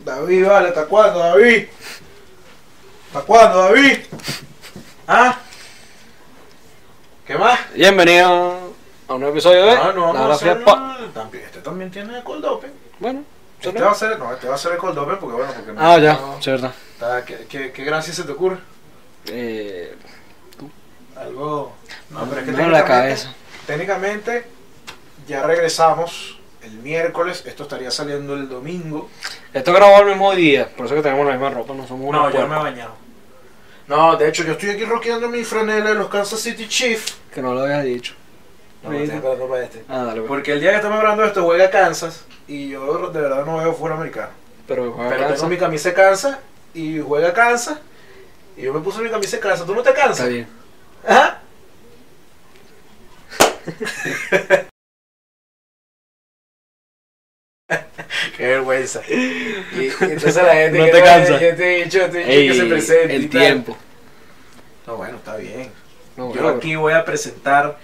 David, vale, ¿hasta cuándo, David? ¿Hasta cuándo, David? ¿Ah? ¿Qué más? Bienvenido a un nuevo episodio de Ah, no Eh, La vamos a Grafía hacer Pa- nada. También, este también tiene cold open. Bueno, Este solo- va a ser, no, este va a ser el cold open porque bueno, porque Ah, ya, no- es verdad. está- ¿qué, qué, qué gracia se te ocurre? Eh, Algo. No, pero es que no en Mm, la técnicamente- cabeza. Técnicamente, ya regresamos el miércoles. Esto estaría saliendo el domingo. Esto grabó el mismo día, por eso que tenemos la misma ropa, no somos No, unos yo me he puercos. bañado. No, de hecho, yo estoy aquí rockeando mi franela de los Kansas City Chiefs. Que no lo habías dicho. No, me estoy esperando para este. Ah, dale, pues. Porque el día que estamos grabando esto juega Kansas y yo de verdad no veo fuera americano. Pero, juega Pero Kansas. tengo mi camisa de Ah, Kansas y juega Kansas y yo me puse mi camisa de Kansas. ¿Tú no te Está cansas? bien. Ajá. Qué vergüenza. Y, y entonces la gente No que te ve, cansa. Yo te he dicho, yo te he dicho que Ey, se presente. y el tal. tiempo. No, bueno, está bien. No, Yo claro. aquí voy a presentar.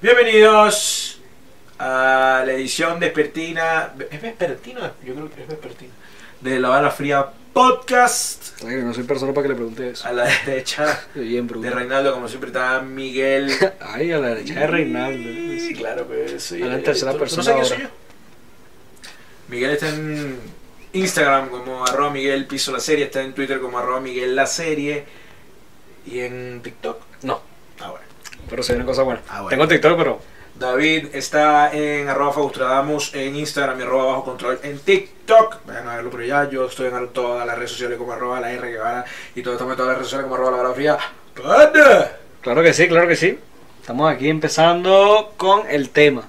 Bienvenidos a la edición despertina. ¿Es vespertina? Yo creo que es vespertina. De La Bala Fría Podcast. Está bien, no soy persona para que le pregunte eso. A la derecha Soy bien bruto. Ah, de Reinaldo, como siempre, está Miguel. Ay, a la derecha de Reinaldo. ¿eh? Sí, claro, pero soy. A la tercera ¿tú- tú persona no sé quién ahora. soy yo? Miguel está en Instagram como arroba Miguel Piso La Serie, está en Twitter como arroba Miguel La Serie y en TikTok. No, Ah, bueno. pero soy una cosa buena. Ah, bueno. Tengo TikTok, pero David está en arroba Faustradamos en Instagram y arroba bajo control en TikTok. Vayan a verlo por allá. Yo estoy en todas las redes sociales como arroba la R Guevara y todo estamos en todas las redes sociales como arroba la Vara fría. ¡Pana! claro que sí, claro que sí. Estamos aquí empezando con el tema.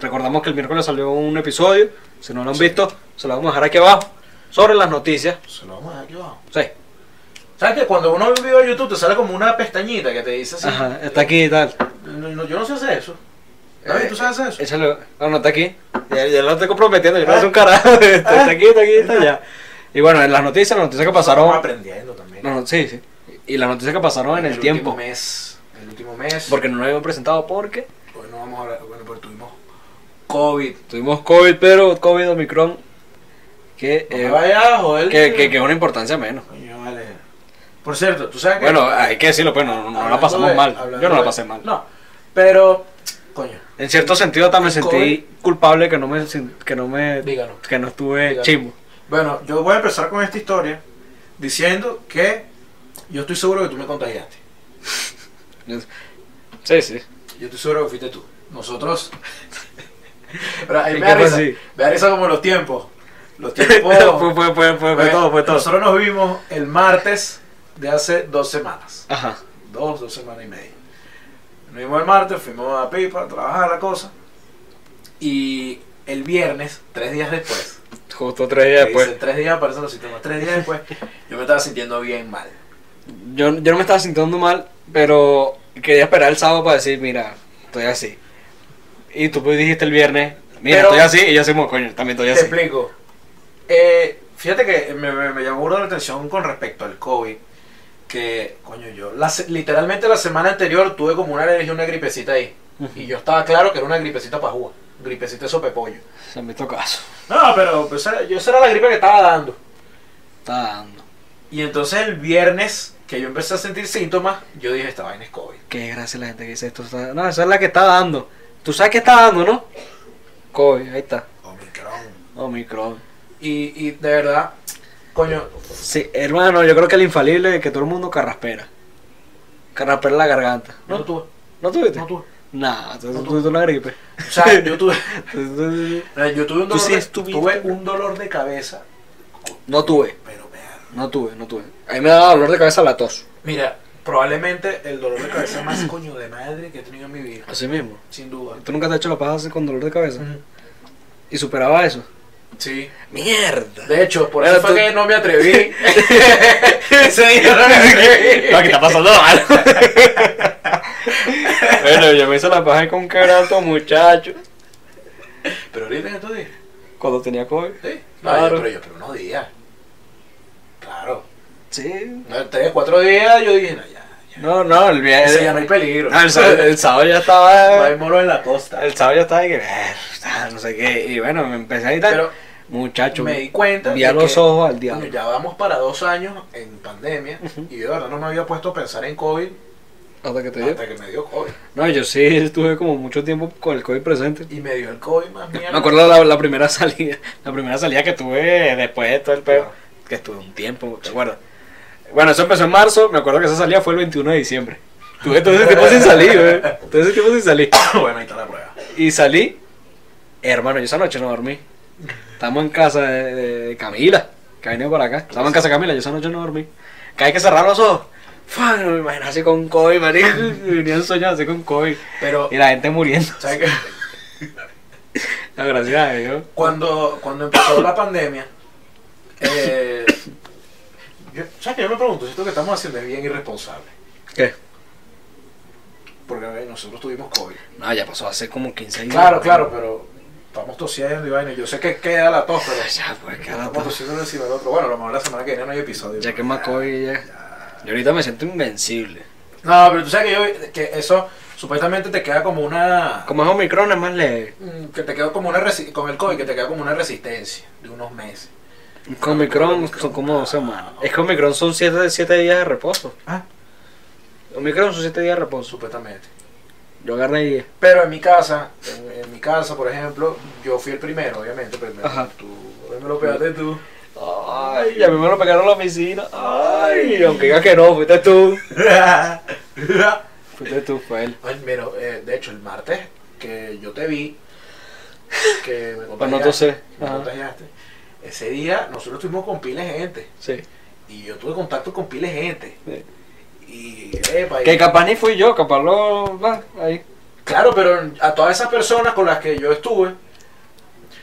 Recordamos que el miércoles salió un episodio. Si no lo han visto, se lo vamos a dejar aquí abajo. Sobre las noticias. Se lo vamos a dejar aquí abajo. Sí. ¿Sabes que cuando uno ve un video de YouTube te sale como una pestañita que te dice así? Ajá, está aquí y tal. No, no, yo no sé hacer eso. David, ¿tú sabes hacer eso? Échalo. No, no, está aquí. Ya, ya lo estoy comprometiendo, yo no sé un carajo. Está está aquí, está aquí, está allá. Y bueno, en las noticias, las noticias que Estamos pasaron. aprendiendo también. No, no, sí, sí. Y las noticias que pasaron en el último tiempo. mes. El último mes. Porque no lo habíamos presentado porque Hoy no vamos a hablar. Bueno, porque tuvimos COVID. tuvimos COVID, pero COVID Omicron, que, No eh, me vayas a joder. que, que, que es una importancia menos. Coño, vale. Por cierto, ¿tú sabes que Bueno, hay que decirlo, pues no, no- no la Hablando pasamos de- mal. hablando Yo no la de- pasé mal. No, pero. Coño. En cierto sentido, hasta me COVID- sentí culpable que no me, sin- que no me, Díganos. que no estuve Díganos. chimbo. Bueno, yo voy a empezar con esta historia diciendo que yo estoy seguro que tú me contagiaste. Sí, sí. Yo estoy seguro que fuiste tú. Nosotros. Pero ahí ¿Y me da qué fue risa. así? Me da risa como los tiempos. Los Fue, tiempos. pues, fue, fue, fue, fue todo, fue todo. Nosotros nos vimos el martes de hace dos semanas. Ajá. Dos, dos semanas y media. Nos vimos el martes, fuimos a Pipa a trabajar la cosa. Y el viernes, tres días después, Justo pues. tres días que después. dicen tres días aparecen los síntomas, tres días después, yo me estaba sintiendo bien mal. Yo, yo no me estaba sintiendo mal, pero quería esperar el sábado para decir, mira, estoy así. Y tú pues dijiste el viernes, mira, Pero- estoy así, y yo así, "Bueno, coño, también estoy Te así. explico. Eh, fíjate que me, me- me llamó la atención con respecto al COVID. Que, coño, yo la se- literalmente la semana anterior tuve como una alergia, una gripecita ahí. Ujú. Y yo estaba claro que era una gripecita pajúa. Gripecita de sopepollo. Se me hizo caso. No, pero pues, era- yo esa era la gripe que estaba dando. Está dando. Y entonces el viernes que yo empecé a sentir síntomas, yo dije, esta vaina es COVID. Qué gracia la gente que dice esto. está- No, esa es la que está dando. Tú sabes que está dando, ¿no? COVID, ahí está. Omicron. Omicron. Y, y de verdad, coño, Sí, hermano, yo creo que el infalible es que todo el mundo carraspera. Carraspera la garganta. yo ¿No, no tuve, ¿No tuviste? no tuve. Nah, tú No tú- tú la gripe. O sea, yo tuve, eh, Tú- yo tuve un Tú dolor, sí de- estuviste. tuve un dolor de cabeza, tú- No tuve, pero vean. no tuve, no tuve. A mí me daba dolor de cabeza la tos. Mira, probablemente el dolor de cabeza más coño de madre que he tenido en mi vida, Así mismo. sin duda. ¿Tú nunca te has hecho la paja así con dolor de cabeza? Ujú. ¿Y superaba eso? Sí. ¡Mierda! De hecho, por Pero eso fue tú- que no me atreví. Ese día no me atreví. No, que está pasando mal. bueno, yo me hice la paja con quebranto, muchacho. Pero ahorita en estos días. Cuando tenía COVID. Sí. No, Claro. yo- pero yo, pero unos días. Claro. Sí. No, tres, cuatro días yo dije, no, ya. No, no, el viernes. Ese ya no hay peligro. No, el, sábado, el sábado ya estaba. No hay moro en la costa. El sábado ya estaba de que. "Ver, ah, No sé qué. Y bueno, me empecé a editar. Pero, Muchacho, me di cuenta. vi a de los que, ojos al coño, diablo. ya vamos para dos años en pandemia Ujú. y de verdad no me había puesto a pensar en COVID Hasta que te dio. hasta que me dio COVID. No, yo sí estuve como mucho tiempo con el COVID presente. Y me dio el COVID más mierda. Me acuerdo la, la primera salida, la primera salida que tuve después de todo el pedo, Claro. que estuve un tiempo, ¿te acuerdas? Bueno, eso empezó en marzo, me acuerdo que esa salida fue el 21 de diciembre. Tuve todo ese tiempo sin salir, güey. Todo ese tiempo sin salir. bueno, ahí está la prueba. Y salí, hermano, yo esa noche no dormí. Estamos en casa de, de- de Camila, que ha venido para acá. Estamos en casa de Camila, yo esa noche no dormí. Cada vez que cerrar los ojos, ¡fua! me imagino así con COVID, marico. Venían soñando así con COVID. Pero, Y la gente muriendo. ¿sabes qué? No, gracias a Dios. Cuando, cuando empezó la pandemia, eh, yo, ¿sabes qué? Yo me pregunto si esto que estamos haciendo es bien irresponsable. ¿Qué? Porque a ver, nosotros tuvimos COVID. No, Ah, ya pasó hace como 15 años. Claro, claro, pero estamos tosiendo y vaina. Yo sé que queda la tos, pero Ya, pues, que ahora estamos todo- tosiendo uno encima del otro. Bueno, a lo mejor la semana que viene no hay episodio. Ya que pero- más COVID ya. Yo ahorita me siento invencible. No, pero tú sabes que, yo, que eso supuestamente te queda como una... Como es Omicron, es más leve. Mm, Que te quedó como una resi- con el COVID, que te queda como una resistencia de unos meses. Con Omicron son como dos semanas. Es que Omicron son 7 siete, siete días de reposo. Ah. Omicron son 7 días de reposo. Supuestamente. Yo agarré 10. Pero en mi casa, en, en mi casa, por ejemplo, yo fui el primero, obviamente. Primero, Ajá. tú, ahora me lo pegaste tú. Ay, y a mí me lo pegaron en la oficina. Ay, aunque digas que no, fuiste tú. Ay, Fuiste tú, fue él. mira, eh, de hecho, el martes que yo te vi, que me Para no contagiaste, toser. me Ajá. contagiaste, ese día nosotros estuvimos con pila de gente. Sí. Y yo tuve contacto con pila de gente. Sí. Y, epa, y- Que capaz ni fui yo, capaz lo. Va, ahí. Claro, pero a todas esas personas con las que yo estuve,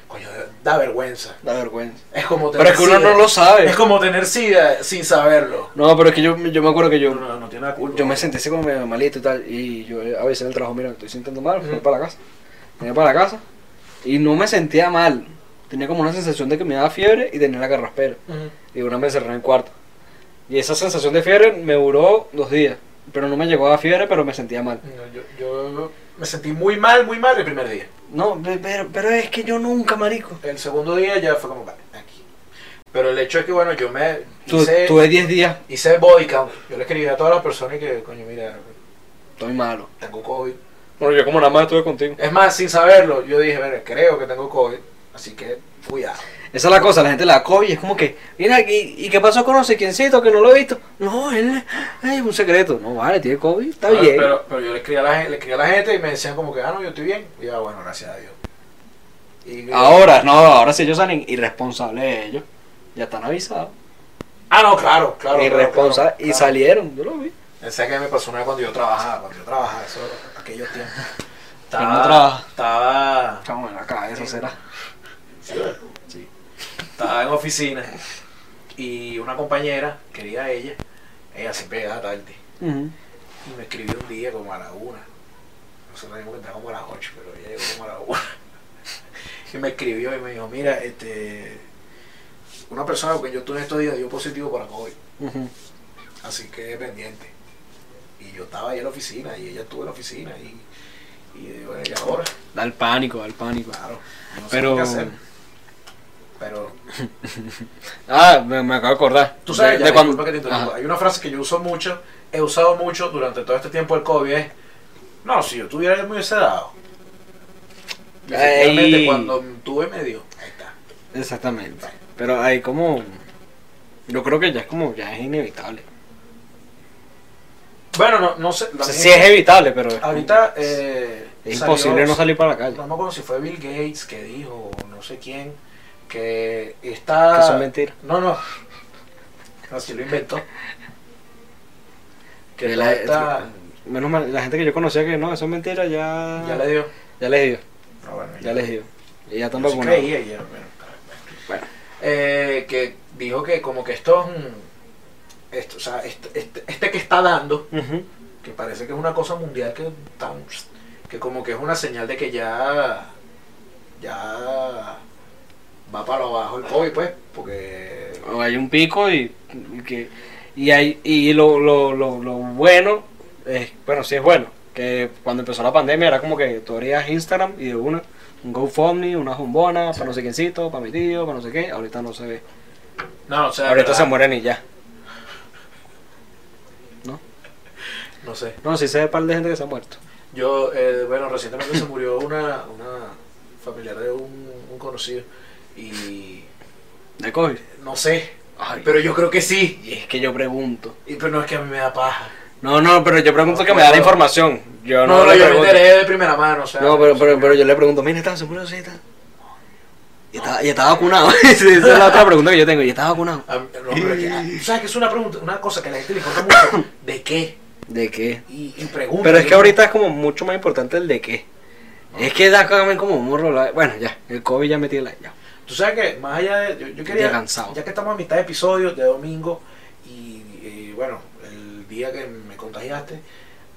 coño, da vergüenza. Da vergüenza. Es como tener Pero es que uno sida. no lo sabe. Es como tener sida sin saberlo. No, pero es que yo, yo me acuerdo que yo. No, no tiene la culpa. Yo me senté así como medio malito y tal. Y yo eh, a veces en el trabajo, mira, me estoy sintiendo mal, me voy para la casa. Me voy para la casa. Y no me sentía mal. Tenía como una sensación de que me daba fiebre y tenía la carraspera. Ujú. Y una me encerré en el cuarto. Y esa sensación de fiebre me duró dos días. Pero no me llegó a dar fiebre, pero me sentía mal. No, yo, yo me sentí muy mal, muy mal el primer día. No, pe- pero, pero es que yo nunca, marico. El segundo día ya fue como, vale, aquí. Pero el hecho es que, bueno, yo me Tu- hice, tuve 10 días, hice body count. Yo le escribí a todas las personas y que, coño, mira, estoy malo. tengo COVID. Bueno, yo como nada más estuve contigo. Es más, sin saberlo, yo dije, bueno, creo que tengo COVID, así que cuidado. Esa es la cosa, la gente la COVID es como que, mira, ¿y, y qué pasó con no sé quiéncito que no lo he visto? No, él es un secreto. No, vale, tiene COVID, está Claro, bien. Pero, pero yo le escribí, a la, gen- le escribí a la gente y me decían como que, ah, no, yo estoy bien. Y yo, "Ah, bueno, gracias a Dios. Y- Ahora, no, ahora si ellos salen irresponsables de ellos, ya están avisados. Ah, no, claro, claro. irresponsables, salí. y salieron, yo lo vi. Pensé que me pasó una vez cuando yo trabajaba, cuando yo trabajaba, eso, aquellos tiempos. Pero no trabaja. Estaba, Chamo, en la cabeza será. sí, ¿verdad? estaba en oficina y una compañera, querida ella, ella siempre llegaba tarde. Ujú. Y me escribió un día como a la una. Nosotros teníamos que entrar como a las ocho, pero ella llegó como a la una. Y me escribió y me dijo, mira, este una persona con que yo estuve en estos días dio positivo para COVID, Ujú. así que pendiente. Y yo estaba ahí en la oficina y ella estuvo en la oficina y, y digo, bueno, y ahora, Da el pánico, da el pánico. claro, no sé Pero- qué hacer. Pero Ah, me, me acabo de acordar. tú sabes, de, ya, de cuando- disculpa que te interrumpa, Ajá. hay una frase que yo uso mucho, he usado mucho durante todo este tiempo del COVID, es, no, si yo tuviera me hubiese dado. Y Efectivamente, Ey. cuando tuve medio, ahí está. Exactamente. Pero hay como... Yo creo que ya es como, ya es inevitable. Bueno, no, no sé. la O sea, mía- sí es evitable, pero... es como- Ahorita. eh, Es salió- imposible no salir para la calle. No me acuerdo si fue Bill Gates que dijo, o no sé quién, que está. Que son mentiras. No, no. Así lo inventó. Que Que la, la- está. Menos mal, la gente que yo conocía que no, eso es mentira, ya... Ya le dio. ya les dio, No, bueno, ya les dio. Y ya yo tampoco sí creía y ya, bueno, Bueno. Eh, que dijo que, como que estos. mm, Esto, o sea, este- este- este que está dando. Ujú. que parece que es una cosa mundial que tan- que como que es una señal de que ya ya va para abajo el COVID pues porque O hay un pico y, y que y hay y lo, lo, lo, lo bueno es bueno sí es bueno que cuando empezó la pandemia era como que tú abrías Instagram y de una Un GoFundMe, una jumbona, para no sé quiéncito, para mi tío, para no sé qué. Ahorita no se ve. No, o sea, Ahorita ¿verdad? se mueren y ya. No sé. No, sí se ve par de gente que se ha muerto. Yo, eh, bueno, recientemente se murió una, una familiar de un, un conocido. Y ¿De COVID? no sé. Ay. Pero yo creo que sí. Y es que yo pregunto. Y, pero no es que a mí me da paja. No, no, pero yo pregunto que me da la información. Yo No, no, no, le yo me pregunto. enteré de primera mano. O sea, No, pero, pero, pero yo le pregunto, mira, ¿está seguro si está? Y está, y está vacunado. Esa es la otra pregunta que yo tengo. ¿Y está vacunado? A mí- no, pero es que, ah, ¿Sabes que es una pregunta? Una cosa que a la gente le importa mucho. ¿De qué? ¿De qué? Y, y pregunta. Pero es que ahorita es como mucho más importante el de qué. Es que da también como morro. la- Bueno, ya, el COVID ya metí la. Ya. Tú sabes que más allá de. Yo, yo quería. Ya cansado. Ya que estamos a mitad de episodios de domingo y, eh, bueno, el día que me contagiaste,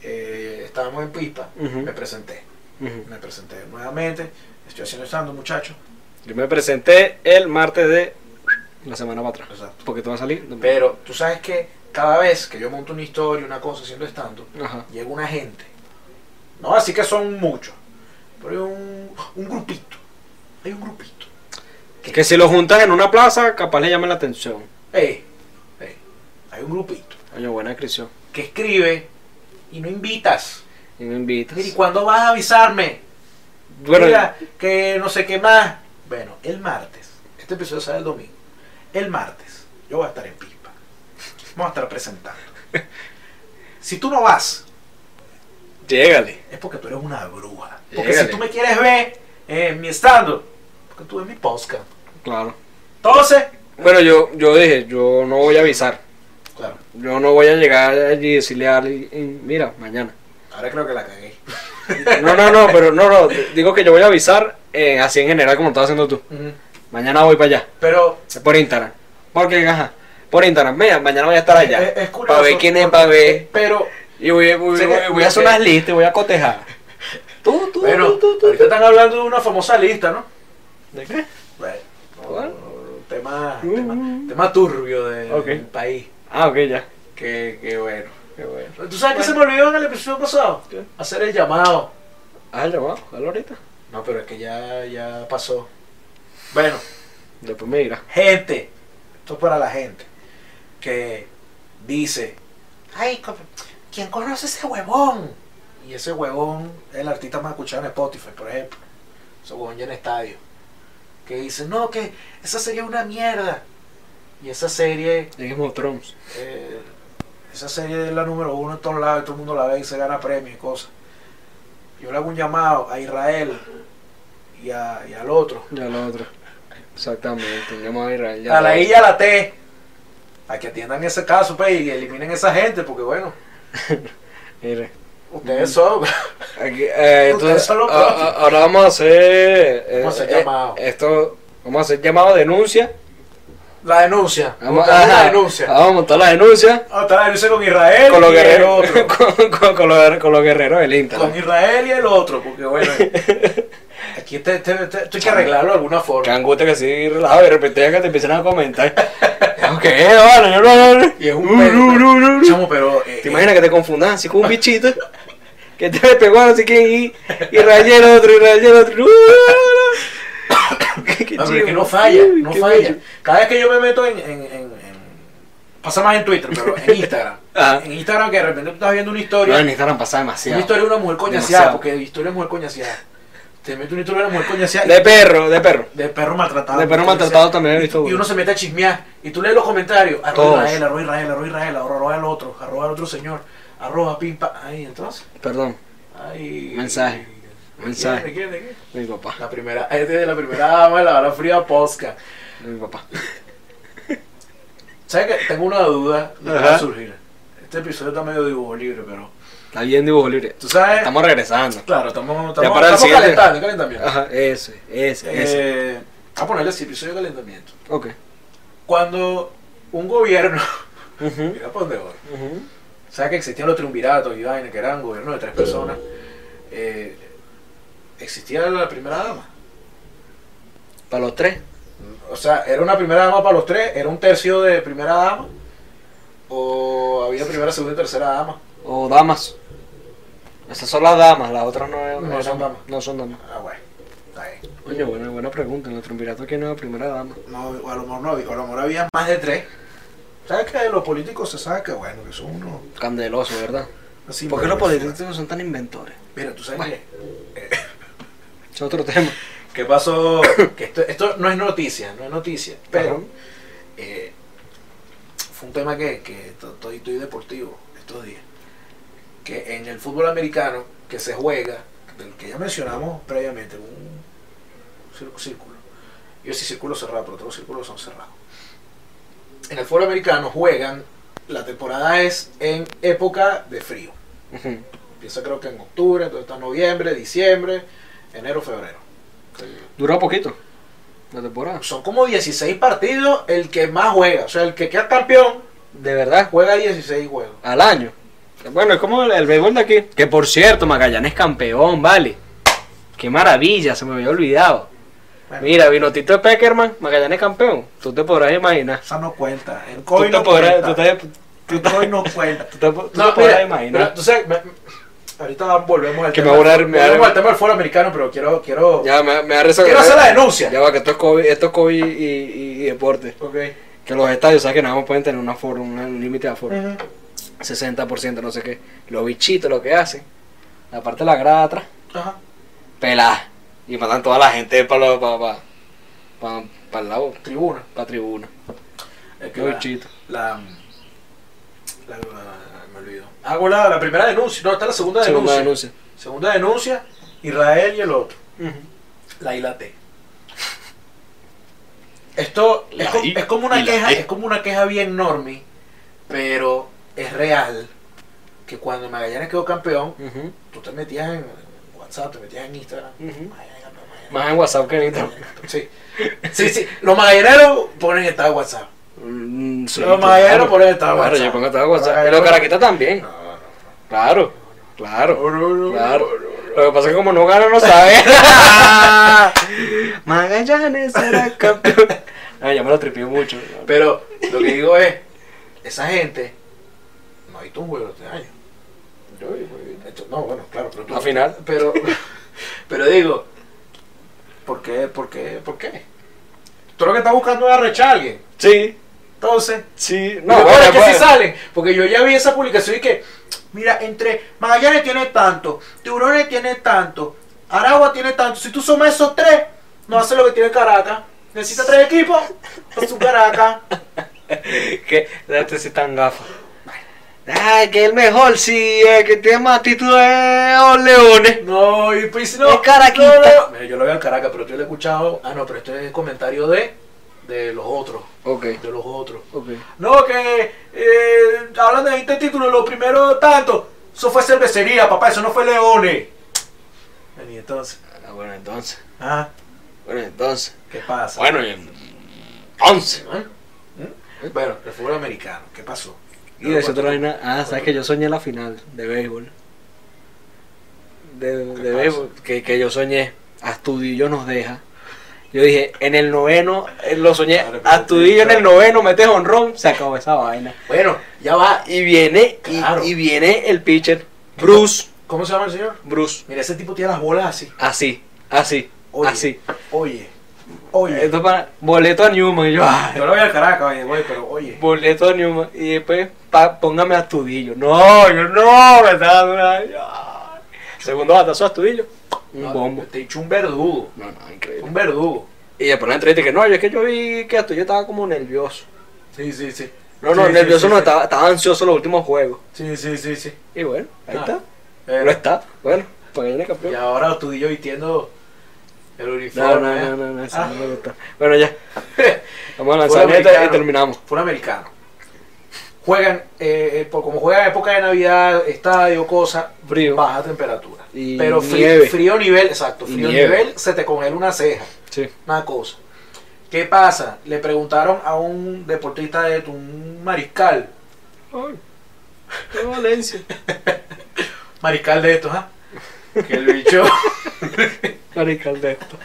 eh, estábamos en Pispa, Ujú. me presenté. Ujú. Me presenté nuevamente. Estoy haciendo estando, muchachos. Yo me presenté el martes de la semana para atrás. Exacto. Porque tú vas a salir. Pero tú sabes que cada vez que yo monto una historia, una cosa haciendo estando, Ajá. llega una gente. No, así que son muchos. Pero hay un, un grupito. Hay un grupito. Que si lo juntas en una plaza, capaz le llamen la atención. Ey, ey, Eh, hay un grupito Oye, buena descripción. que escribe y no invitas. Y me invitas. Mira, ¿y cuándo vas a avisarme? Bueno, Mira, que no sé qué más. Bueno, el martes. Este episodio sale el domingo. El martes yo voy a estar en Pispa. Vamos a estar presentando. Si tú no vas, llégale. es porque tú eres una bruja. Porque Llégale. si tú me quieres ver eh, en mi estando, porque tú ves mi podcast. Claro. Entonces, Bueno, yo, yo dije, yo no voy a avisar. claro, Yo no voy a llegar allí y decirle a alguien, mira, mañana. ahora creo que la cagué. No, no, no, pero no, no. Digo que yo voy a avisar eh, así en general como lo estás haciendo tú. Mañana voy para allá. Pero Por Instagram. Porque, ajá. Por Instagram. Mira, mañana voy a estar allá. eh, es, es curioso. Para ver quién es, porque- para ver. Pero, Y voy, voy- Sé que- voy- voy a hacer unas listas, voy a cotejar. Tú, tú, bueno, tú, tú, tú. ahorita están hablando de una famosa lista, ¿no? ¿De qué? Bueno, ¿Cuál? tema, Uh. tema, tema turbio de- Ok. del país. Ah, ok, ya. Que, que bueno. Qué bueno. ¿Tú sabes qué se me olvidó en el episodio pasado? ¿Qué? Hacer el llamado. Ah, ya va, jalo ahorita. No, pero es que ya, ya pasó. Bueno, Después me dirás. gente, esto es para la gente que dice: Ay, co- ¿quién conoce ese huevón? Y ese huevón es el artista más escuchado en Spotify, por ejemplo. Ese huevón ya en estadio. Que dice: No, que esa serie es una mierda. Y esa serie En Game of Thrones. eh, esa serie es la número uno en todos lados, y todo el mundo la ve y se gana premios y cosas. Yo le hago un llamado a Israel y, a- y al otro, Ya lo otro. Exactamente. Ya me voy a ir a a la I y a la T, a que atiendan ese caso pues, y eliminen esa gente, porque bueno, Mire. ustedes son. Aquí, eh, Ustedes entonces, son los a- a- propios. ahora vamos a hacer. eh, Vamos a hacer eh, llamado. Esto. Vamos a hacer llamado denuncia. la denuncia, Vamos, montar ajá, ah, la denuncia. Vamos a montar la denuncia. Vamos a montar la denuncia con Israel Con los y el guerreros. otro. Con, con- con los, con los guerreros del Con Instagram. Israel y el otro, porque bueno, aquí te, te- te- esto hay que arreglarlo de alguna Qué forma. angustia que así relajado y de repente ya que te empiezan a comentar. Ok, vale, yo no- no. no. Y es un Uh, pedo, no, no, no. Chamo, pero. eh, ¿Te imaginas que te confundas así con un bichito? Que te pegó así que y, y rayé el otro, y rayé el otro. Uh, no, no. Qué- qué No, Ah, pero es chido. que no falla, Uy, no qué falla. bello. Cada vez que yo me meto en, en- en- en- pasa más en Twitter, pero en Instagram. Ajá. En Instagram que de repente tú estás viendo una No, historia, en Instagram pasa una demasiado. historia de una mujer coñaseada, Demasiado. porque historia de mujer coñaseada. Te metes una historia de una mujer coñaseada De y- perro, de perro. de perro maltratado. De perro mujer coñaseada. maltratado también he visto. Y uno se mete a chismear y tú lees los comentarios, Todos. arroba Israel, arroba Israel, arroba Israel, arroba al otro, arroba al otro señor, arroba pimpa, ahí entonces, Perdón, ahí. Mensaje, ¿De quién, mensaje. ¿De quién? ¿De quién? mi papá, La primera, este es de la primera dama de la bala fría posca. mi papá. ¿Sabes que Tengo una duda que Ajá. va a surgir. Este episodio está medio dibujo libre, pero. Está bien dibujo libre. ¿Tú sabes? Estamos regresando. Claro, estamos, Ya estamos, para el estamos siguiente. calentando, calentamiento. Ajá, ese, ese, ese. Eh, voy a ponerle así, episodio de calentamiento. Ok. Cuando un gobierno. Ujú, mira para dónde voy. ujú. ¿Sabes que existían los triunviratos y vaina, que eran gobiernos de tres personas? Eh, existía la primera dama. Para los tres. O sea, era una primera dama para los tres, era un tercio de primera dama. O había primera, segunda y tercera dama. O damas. Esas son las damas, las otras no, No son damas. No son damas. Ah, bueno. Está bien. Coño, buena, buena pregunta. En el triunvirato, ¿quién es la primera dama? No, o a lo mejor no, había- o a lo mejor había más de tres. ¿Sabes que los políticos se sabe que bueno, que son unos. Candeloso, ¿verdad? así, ¿Por qué los vergüenza. políticos son tan inventores? Mira, tú sabes Bueno. qué? Es otro tema. qué pasó. Que esto, esto no es noticia, no es noticia. Pero Ajá. eh, fue un tema que, que to- to- estoy deportivo estos días. Que en el fútbol americano que se juega, del que ya mencionamos previamente, un cir- círculo. Yo sí círculo cerrado, pero todos los círculos son cerrados. En el fútbol americano juegan, la temporada es en época de frío. Ujú. Empieza creo que en octubre, entonces está noviembre, diciembre, enero, febrero. Dura poquito la temporada. Son como 16 partidos el que más juega. O sea, el que queda campeón De verdad, juega 16 juegos. al año. Bueno, es como el, el béisbol de aquí. Que por cierto, Magallanes campeón, vale. Qué maravilla, se me había olvidado. Bueno, Mira, Vinotito de Peckerman, Magallanes campeón. Tú te podrás imaginar. esa no cuenta. En Tú COI te no podrás, tú cuenta. te, tú En te- COI no cuenta. tú te- tú te No, podrás mira, pero imaginar. tú sabes, me- ahorita volvemos al Que me tema. voy a dar- me volvemos dar- al tema del fútbol americano, pero quiero, quiero, Ya, me, me da risa. quiero hacer la denuncia. Ya va, que esto es COVID, esto es COVID y, y- y deporte. Ok. Que los estadios, ¿sabes? Que nada más pueden tener un aforo, un límite de aforo. Ujú. 60%, no sé qué. Los bichitos, lo que hacen. La parte de la grada atrás. Ajá. pelada. Y mandan toda la gente para pa, pa, pa, pa el lado, Tribuna. para tribuna. Es Qué la- bichito. La, la, la- Me olvido. Hago la, la primera denuncia. No, está la segunda denuncia. Segunda denuncia. Segunda denuncia, Israel y el otro. La ILAT. Esto La es, co- I es como una y la queja, T. es como una queja bien normie, pero es real que cuando Magallanes quedó campeón, Ujú. tú te metías en WhatsApp, te metías en Instagram. Ujú. Magallanes ganó, Magallanes Más en WhatsApp que en ganó, Instagram. Magallanes ganó. Sí. sí, sí, los magallaneros ponen estado de WhatsApp. Mm, sí, Los claro. magallaneros ponen estado de Claro, WhatsApp. yo pongo todo WhatsApp. Y Magallanes- los caraquitas también. No, no, Claro, claro. no, no, no, no, Claro. no, no, no. Lo que pasa es que como no gano, no sabe. Magallanes será campeón. No, Ah, ya me lo tripié mucho. Pero lo que digo es, esa gente no ha visto un juego este año. Esto- pues, No, bueno, claro, pero tú- Al final. Pero, pero digo, ¿por qué? ¿Por qué? ¿Por qué? Tú lo que estás buscando es arrechar a alguien. Sí, Entonces, sí. no, bueno, es que pues- sí salen. Porque yo ya vi esa publicación y que, mira, entre Magallanes tiene tanto, Tiburones tiene tanto, Aragua tiene tanto. Si tú sumas esos tres, no hace lo que tiene Caracas. Necesita tres equipos para su Caracas. que este sí tan gafa. Ah, que el mejor sí, el que tiene más actitud es los leones. No, y pues no. Es Caraquita. no, no. Mira, yo lo veo al Caracas, pero yo lo he escuchado. Ah, no, pero este es comentario de, de los otros. Ok, De los otros. ok. No, que eh, hablan de 20 títulos, los primeros tantos. Eso fue cervecería, papá, eso no fue Leones. Bueno, Y entonces, Ah, bueno, entonces. ah, Bueno, entonces. ¿qué pasa? Bueno, y entonces. ¿Eh? ¿Eh? Bueno, el fútbol americano, ¿qué pasó? Y de otra vaina. Ah, sabes que yo soñé la final de béisbol. De, ¿Qué de pasa? béisbol. Que, que yo soñé. Astudillo nos deja. Yo dije, en el noveno, eh, lo soñé. Claro, pero- Astudillo en el noveno, metes honrón, se acabó esa vaina. Bueno, ya va. Y viene, y, Claro. y viene el pitcher. Bruce. ¿Cómo se llama el señor? Bruce. Mira, ese tipo tiene las bolas así. Así, así, Oye, así. Oye, oye. Esto para boleto a Newman. Y yo, ah, ay, Yo lo veo al Caracas, oye, güey, pero oye. boleto a Newman. Y después, pa- póngame a Astudillo. No, yo no, me estaba dando una- ay. Segundo batazo a Astudillo. Un No, bombo. Te he dicho un verdugo. No, no, Un increíble. verdugo. Y después la entrevista que no, yo es que yo vi que Astudillo estaba como nervioso. Sí, sí, sí. No, no, Sí, sí, nervioso sí, no, sí. Estaba, estaba ansioso los últimos juegos. Sí, sí, sí, sí. Y bueno, ahí Ah, está. Eh, Lo está. Bueno, pues él es campeón. y ahora tú y yo vistiendo el No, uniforme. no, ¿eh? no, no, no, eso Ah. no me gusta. Bueno, ya. Vamos Fútbol a lanzar neta y americano. terminamos. Fue un americano. Juegan, eh, eh, por- como juegan en época de Navidad, estadio, cosa, Frío. baja temperatura. Y Pero fri- nieve. frío nivel, exacto, Y frío nieve. nivel, se te congela una ceja, Sí. una cosa. ¿Qué pasa? Le preguntaron a un deportista de esto, un mariscal, Ay, qué Valencia. mariscal de estos, ¿ah? Que el bicho... Marical de esto.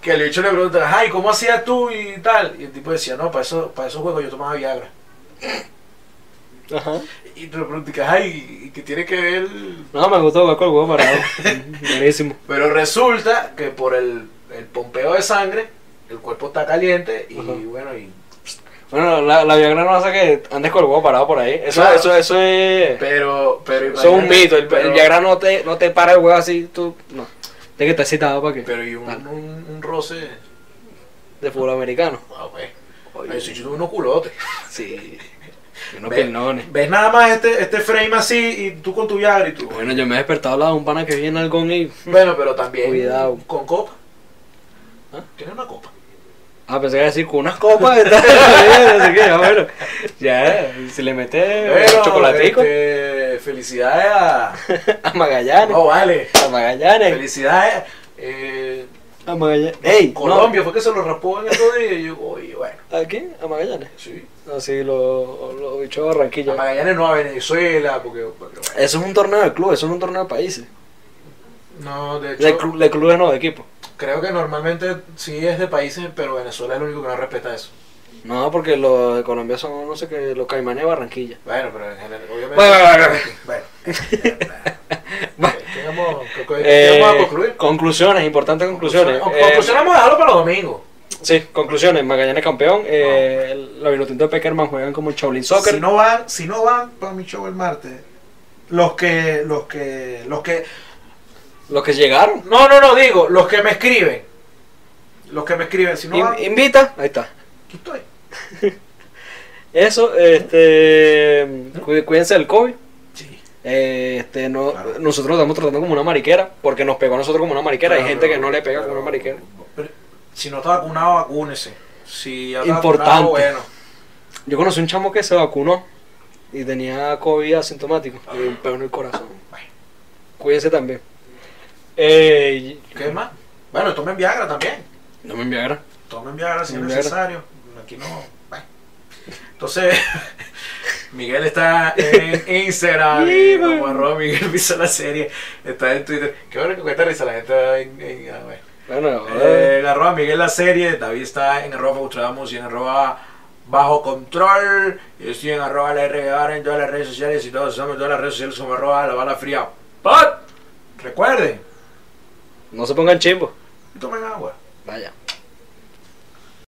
que el bicho le pregunta, ay, ¿cómo hacías tú y tal? Y el tipo decía, no, para, eso, para esos juegos yo tomaba Viagra. Ajá. Y tú le preguntas, ay, ¿y qué tiene que ver? No, me gustó jugar con el huevo parado. Buenísimo. Pero resulta que por el, el pompeo de sangre, el cuerpo está caliente y Ajá. bueno, y, Bueno, la, la Viagra no hace que andes con el huevo parado por ahí. Eso, Claro. eso, eso es. pero, pero eso es un imagínate, mito. El, el pero- Viagra no te, no te para el huevo así, tú. No. Tienes que estar citado para que. Pero y un, Dale. un, un roce, de fútbol americano. ah, güey. Ay, sí, yo tuve unos culotes. Sí. Unos Ve- piernones. Ves nada más este, este frame así y tú con tu Viagra y tú. Bueno, yo me he despertado al lado de un pana que viene algón y. Bueno, pero también Cuidado. con copa. ¿Ah? Tiene una copa. Ah, pensé que iba a decir con unas copas. está bien, así que ya, bueno. Ya, si le metes chocolatico. este, Eh, felicidades a. A Magallanes. este- No, vale. A Magallanes. Felicidades. Eh, A Magallanes. ¡Ey! no. Colombia fue que se lo rapó en esos días. Y yo, oye, bueno, ¿A quién? A Magallanes. sí. No, sí, los lo bichos de A Barranquilla. Magallanes no, a Venezuela, porque. porque, bueno. Ah, Eso es un torneo de clubes, eso no es un torneo de países. No, de hecho, De, clu- de clubes no, de equipo. creo que normalmente sí es de países, pero Venezuela es el único que no respeta eso. No, porque los de Colombia son, no sé qué, los caimanes de Barranquilla. Bueno, pero en general, obviamente. Bueno, bueno, bueno, Bueno, ¿qué vamos, qué- qué- Eh, qué vamos a concluir? Oh, conclusiones, importantes conclusiones. Conclusión- Eh, conclusión vamos a dejarlo para los domingos. sí, conclusiones. Magallanes campeón. Eh, el- Los Vinotintos de Peckerman juegan como el Shaolin Soccer. Si no van, si no van para mi show el martes, los que, los que, los que, Los que llegaron. no, no, no digo, los que me escriben, los que me escriben, si no In- van, invita. Ahí está. aquí estoy. Eso, este. cu- Cuídense del COVID. Sí. Eh, Este, no, Claro. Nosotros lo estamos tratando como una mariquera, porque nos pegó a nosotros como una mariquera. Hay gente que no le pega como con una mariquera. Si no está vacunado, vacúnese. Si ya está Importante. vacunado, bueno. Yo conocí un chamo que se vacunó y tenía COVID asintomático y un pedo en el corazón. Bueno, Cuídense también. Eh, ¿Qué más? Bueno, tomen Viagra también. no me enviaron. Tomen Viagra si es Tomen Viagra. necesario. Aquí no. bueno. Entonces, Miguel está en Instagram, Sí, como bueno. arroba Miguel Pisa la serie. Está en Twitter. Qué bueno que cuesta risa la gente. En, en- ah, bueno. Bueno, ahora- Eh, en arroba Miguel la serie. David está en arroba Gustavo y en arroba bajo control. Yo estoy en arroba la R Guevara en todas las redes sociales y todos estamos en todas las redes sociales como arroba la bala fría. ¡Pot! Recuerden, no se pongan chimbo. tomen agua. Vaya.